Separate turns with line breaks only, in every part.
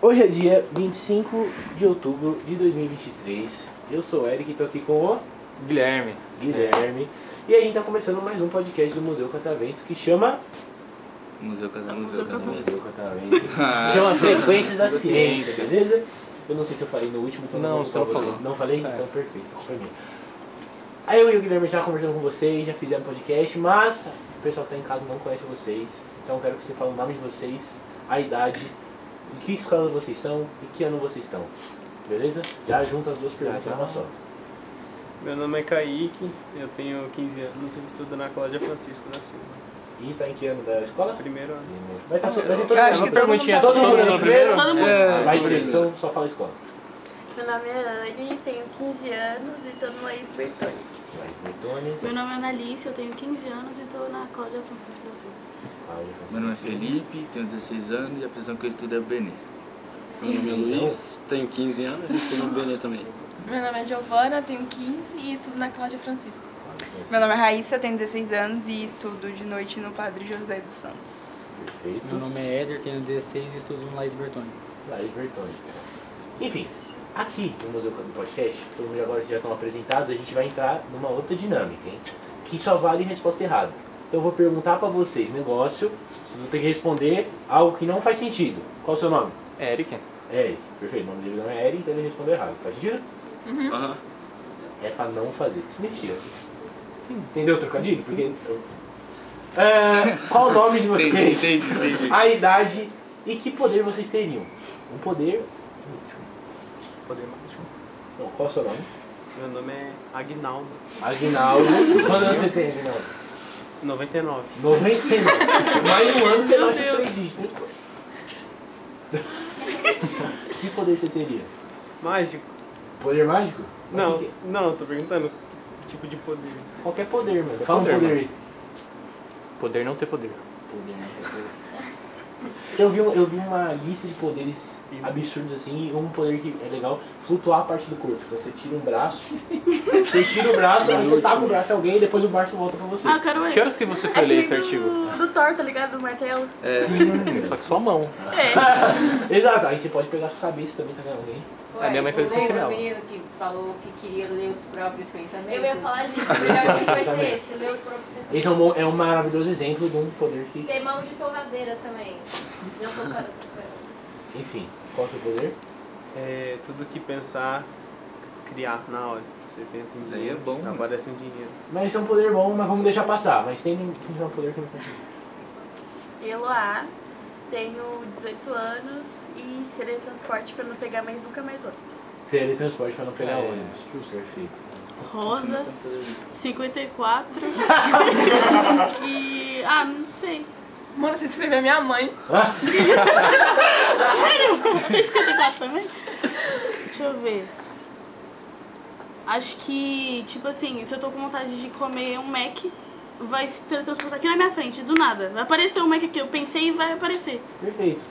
Hoje é dia 25 de outubro de 2023. Eu sou o Eric e tô aqui com o
Guilherme.
Guilherme. E a gente tá começando mais um podcast do Museu Catavento que chama
Museu Cada Museu Cada
Museu
Museu.
Catavento.
Ah.
Que chama Frequências da Ciência, beleza? Eu não sei se eu falei no último, então
Não,
vou
você
contar
não
você.
falou.
Não falei?
É.
Então perfeito, pra mim. Aí eu e o Guilherme já conversando com vocês, já fizemos podcast, mas o pessoal que tá em casa não conhece vocês. Então eu quero que você fale o nome de vocês, a idade, em que escola vocês são e que ano vocês estão. Beleza? Já junta as duas perguntas
Já, já.
numa só.
Meu nome é Kaique, eu tenho 15 anos e estudo na Cláudia Francisco da Silva.
E tá em que ano da escola?
Primeiro ano.
Vai estar sobre.
Eu acho que perguntinha.
todo mundo no primeiro?
Todo mundo.
É.
Vai direito, então só fala escola.
Meu nome é Anne, tenho 15 anos e tô no ex Bertone.
Vai, Bertone,
Meu nome é Analice, eu tenho 15 anos e tô na Cláudia Francisco da Silva.
Cláudia.
Meu nome é Felipe, tenho 16 anos e a prisão que eu estudo é o Benê. Uhum.
Meu nome é Luiz, tenho 15 anos e estudo no Benê também.
Meu nome é Giovana, tenho 15 e estudo na Cláudia Francisco.
Meu nome é Raíssa, tenho 16 anos e estudo de noite no Padre José dos Santos.
Perfeito.
Meu nome é Éder, tenho 16 e estudo no Laís Bertoni.
Laís Bertoni. Enfim, aqui no Museu do Podcast, todo mundo agora já estão apresentados, a gente vai entrar numa outra dinâmica, hein? Que só vale resposta errada. Então eu vou perguntar pra vocês negócio, vocês vão ter que responder algo que não faz sentido. Qual o seu nome?
Eric.
Eric. Perfeito, o nome dele não é Eric, então ele respondeu errado. Faz sentido?
Uhum.
Aham.
É pra não fazer. Isso é mentira. Entendeu o trocadilho? Porque. eu- É, qual o nome de vocês?
Entendi, entendi, entendi.
Ah,
a idade e que poder vocês teriam. Um poder.
Poder mágico.
Não, qual é o seu nome?
Meu nome é Agnaldo,
Aguinaldo. Quantos anos você tem, Aguinaldo?
99.
99. Mais um ano você baixa os três dígitos, hein? que poder você teria?
Mágico?
Poder mágico? Mas
Não,
que que-
não, tô perguntando que tipo de poder.
Qualquer poder, mano. Fala um
poder,
poder aí.
Poder não ter poder.
Eu vi, um- eu vi uma lista de poderes absurdos assim, e um poder que é legal, flutuar a parte do corpo. Então você tira um braço, você tira o braço, aí você tapa o braço em alguém e depois o braço volta pra você.
Ah, eu quero esse.
Que horas que você foi ler esse artigo?
É Do, do Thor, tá ligado? Do martelo.
É,
Só que sua mão.
É.
Exato, aí você pode pegar a sua cabeça também, tá vendo alguém?
A minha mãe fez com
Lembra
final.
o menino que falou que queria ler os próprios pensamentos?
Eu ia falar disso, o melhor que vai ser esse, ler os
Esse
professores.
é um, bom- é um maravilhoso exemplo de um poder que.
Tem mão de torradeira também. Não vou falar essa
Enfim, qual que é o poder?
É tudo que pensar, criar na hora. Você pensa em
Daí
dinheiro,
é bom, né?
aparece um dinheiro.
Mas esse é um poder bom, mas vamos deixar passar. Mas tem um, tem um poder que não consigo.
Eloá, tenho 18 anos e teletransporte pra não pegar mais nunca mais ônibus.
Teletransporte pra não pegar
É.
ônibus. Perfeito.
Rosa, 54. e. Ah, não sei.
Mano, você escreveu a minha mãe.
Tem 54 também? Deixa eu ver. Acho que, tipo assim, se eu tô com vontade de comer um Mac, vai se teletransportar aqui na minha frente, do nada. Vai aparecer um Mac aqui, eu pensei e vai aparecer.
Perfeito.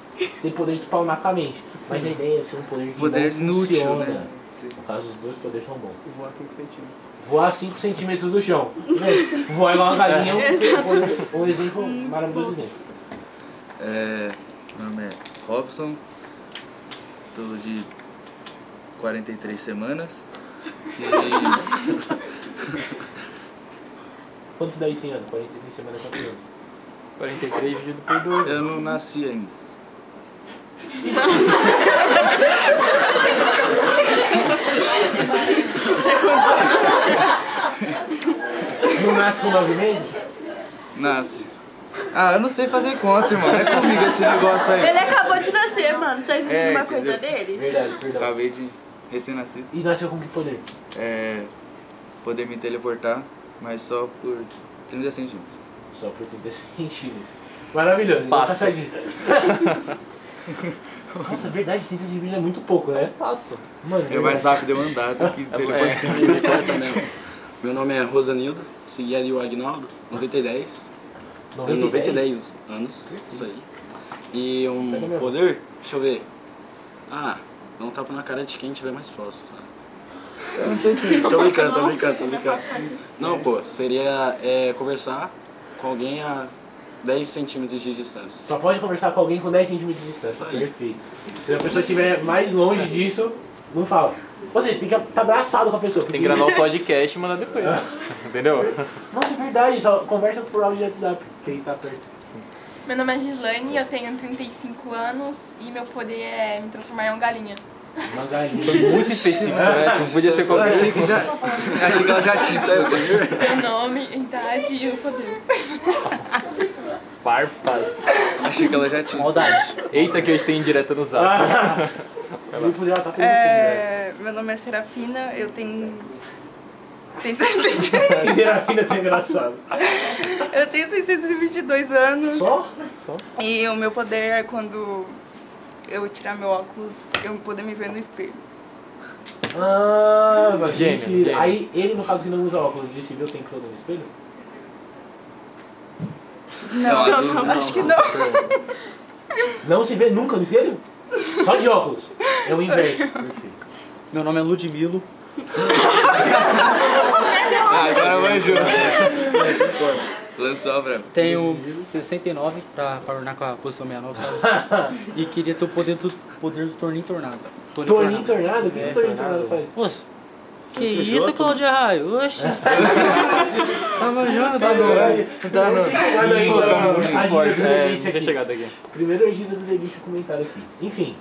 Tem poder de spawnar com a mente. Mas a ideia é ser um poder que
Poder
não
inútil,
funciona.
né? Sim.
No caso, os dois poderes são bons.
E voar
assim
5 centímetros.
Voar 5 centímetros do chão. Né? Voar igual uma galinha é um, poder- um exemplo maravilhoso. Exemplo.
É, meu nome é Robson, tô de 43 semanas. E
Quanto daí esse ano? 43 semanas, quantos anos?
43 dividido por 2.
eu não nasci ainda.
Não nasce com 9 meses?
Nasce. Ah, eu não sei fazer conta, irmão. Não é comigo esse negócio aí.
acabou de nascer, mano. Você
exigindo É, uma coisa entendeu?
dele?
Verdade,
Então.
perdão.
Acabei de recém-nascido.
E nasceu com que poder?
É, poder me teleportar, mas só por 30 centímetros.
Só por 30 centímetros. Maravilhoso. então
Passa.
tá certinho. Nossa, verdade, 30 centímetros é muito pouco, né?
Passo.
Mano,
É mais rápido eu andar do
É
que teleportar.
Meu nome é Rosanildo, segui ali o Agnaldo, 90 e 10. Tenho 90 e 10 anos, isso aí. E
Pega
um
meu.
poder, deixa eu ver. Ah, dá um tapa na cara de quem estiver mais próximo, sabe? Tô brincando, tô brincando, tô
Nossa,
brincando. Não, pô, seria é, conversar com alguém a 10 centímetros de distância.
Só pode conversar com alguém com 10 centímetros de distância.
Isso aí.
Perfeito. Se a pessoa estiver mais longe disso, não fala. Ou seja, você tem que estar abraçado com a pessoa. porque-
Tem que gravar o podcast e mandar depois. Entendeu?
Nossa, é verdade, só conversa por áudio de WhatsApp, quem tá perto.
Meu nome é Gislane, eu tenho 35 anos e meu poder é me transformar em uma galinha.
Uma galinha.
Foi muito específico, né? Não podia ser
Eu
qualquer
achei que,
um.
já, achei que ela já tinha, sabe?
Seu nome, idade e o poder.
Farpas.
Achei que ela já tinha.
Maldade.
Eita que eu estou em direto no zap.
O grupo dela tá com é...
É, meu nome é Serafina, eu tenho. 600
Que Serafina tá engraçado.
eu tenho 622 anos.
Só?
E o meu poder é quando eu tirar meu óculos, eu poder me ver no espelho.
Ah, mas
Gêmeo,
gente,
gêmeo.
Aí ele, no caso que não usa óculos, ele se viu o tempo todo no espelho?
Não,
Não, não,
acho que não.
Não se vê nunca no espelho? Só de óculos. É o inverso. Perfeito.
Meu nome é Ludmilo.
Ah, agora manjou.
É,
Lançou a brava.
Tenho 69 pra, pra ornar com a posição 69, sabe? e queria ter o poder do, poder do Torninho Tornado.
Torninho tornado? O que, que
É,
o torninho tornado
tornado.
faz?
Poxa, que
fechou
isso,
tudo?
Claudia Raio? Oxe. Tava junto, tá bom.
É. Então, Não, não tinha chegado ainda na agenda do
É, não
Delícia
tinha
aqui.
chegado aqui.
Primeiro agenda do Delícia comentário aqui. Enfim,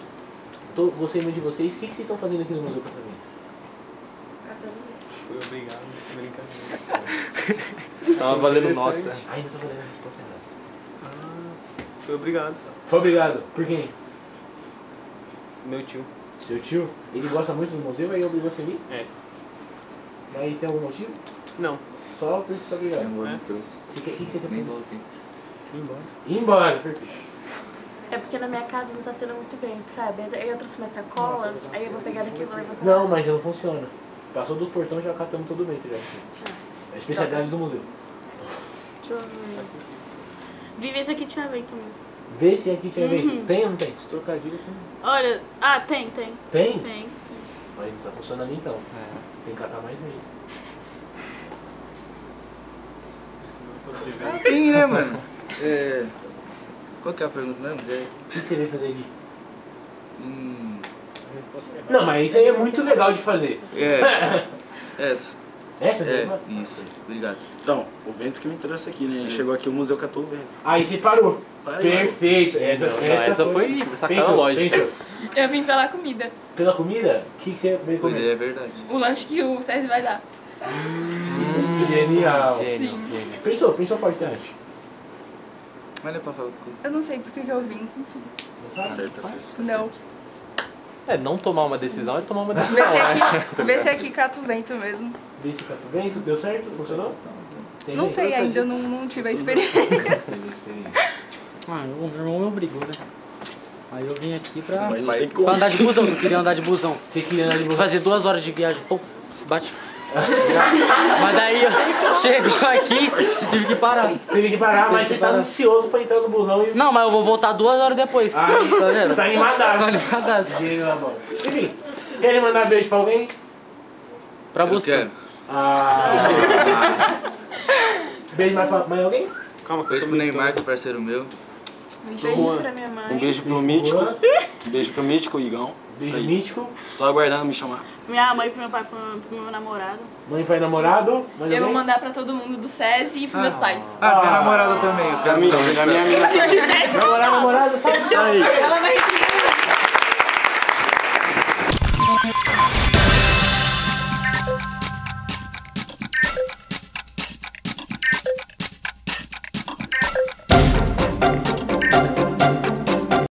tô, gostei muito de vocês. O que, que vocês estão fazendo aqui no Museu Catavento?
Foi obrigado, brincadeira.
Tava valendo nota.
Ainda tô fazendo a resposta errada.
Foi obrigado.
Foi obrigado. Por quem?
Meu tio.
Seu tio? Ele gosta muito do museu, aí obrigou você a vir?
É.
Mas tem algum motivo?
Não,
Só porque você tá
Eu
obrigado.
vou me trouxe.
Você quer- O que que você quer
Nem
fazer?
voltei.
fui embora.
Ir embora. Perfeito.
É porque na minha casa não tá tendo muito vento, sabe? Aí eu trouxe minha sacola, aí eu vou pegar daqui e vou levar pra
Não,
lá.
mas não funciona. Passou dos portões já catamos todo o vento já. É a especialidade do museu.
Deixa eu ver. Vivi, esse aqui tinha vento mesmo.
Vê se é aqui tinha vento.
Uhum.
Tem ou não tem?
Trocadilho com
Olha, ah, tem, tem,
Tem?
tem.
Mas não tá funcionando então. Tem que catar mais meio.
Sim, né, mano? É. Qual que é a pergunta mesmo? É,
O que que você veio fazer aqui?
hum,
Não, mas isso aí é muito legal de fazer.
é. Essa.
Essa mesma?
É, isso. Obrigado.
Então, o vento que me trouxe aqui, né? Chegou aqui, o museu catou o vento.
Aí você parou.
Parei,
É. Perfeito. Essa,
Não,
essa,
essa
foi.
foi sacada
Pensou,
lógica.
pensou.
Eu vim pela comida,
Pela comida, o que, que você veio
Foi
comer?
é verdade.
o lanche que o César vai dar.
Genial.
Sim.
Pensou, pensou forte também.
Olha é pra falar com
Eu não sei porque que eu vim.
Tá Certo, certo.
Não.
É, não tomar uma decisão é tomar uma
Vê
decisão.
se
né?
é.
aqui, vê se é aqui cata o vento mesmo.
Vê se catou vento, deu certo? Funcionou? Tem
Não
vento?
sei, ainda não, não tive a experiência.
Ah, o meu irmão me obrigou, né? Aí eu vim aqui pra,
Mas não
Vai.
tem
pra
como.
andar de busão, que eu queria andar de busão.
Você queria andar de boa.
Fazer duas horas de viagem, pô, bate. Mas daí eu chego aqui, tive que parar.
Teve que parar, mas
que
você tá
parar.
ansioso pra entrar no busão e.
Não, mas eu vou voltar duas horas depois.
Ah,
tá vendo?
Tá animadaço.
Tá animadaço.
Genial, mano. Enfim, querem mandar beijo pra alguém?
Pra
Eu
você.
quero.
Ah. beijo mais pra mais alguém?
Calma, que eu
Beijo
sou
pro
muito
Neymar, que é parceiro meu.
Um beijo pra minha mãe.
Um beijo pro
Boa.
Mítico. Um beijo pro Mítico, Igão. Isso
Beijo
aí.
mítico.
Tô aguardando me chamar.
Minha mãe pro meu pai, pro meu, pro meu namorado.
Mãe, pai, namorado. Mais
Eu vou
alguém?
mandar pra todo mundo do César e pros meus pais.
Ah, minha namorada também. Eu
Tá,
Pra
quero
mim,
muito.
pra minha amiga.
um
Namorado, namorado, sabe?
Isso aí.
Ela vai receber.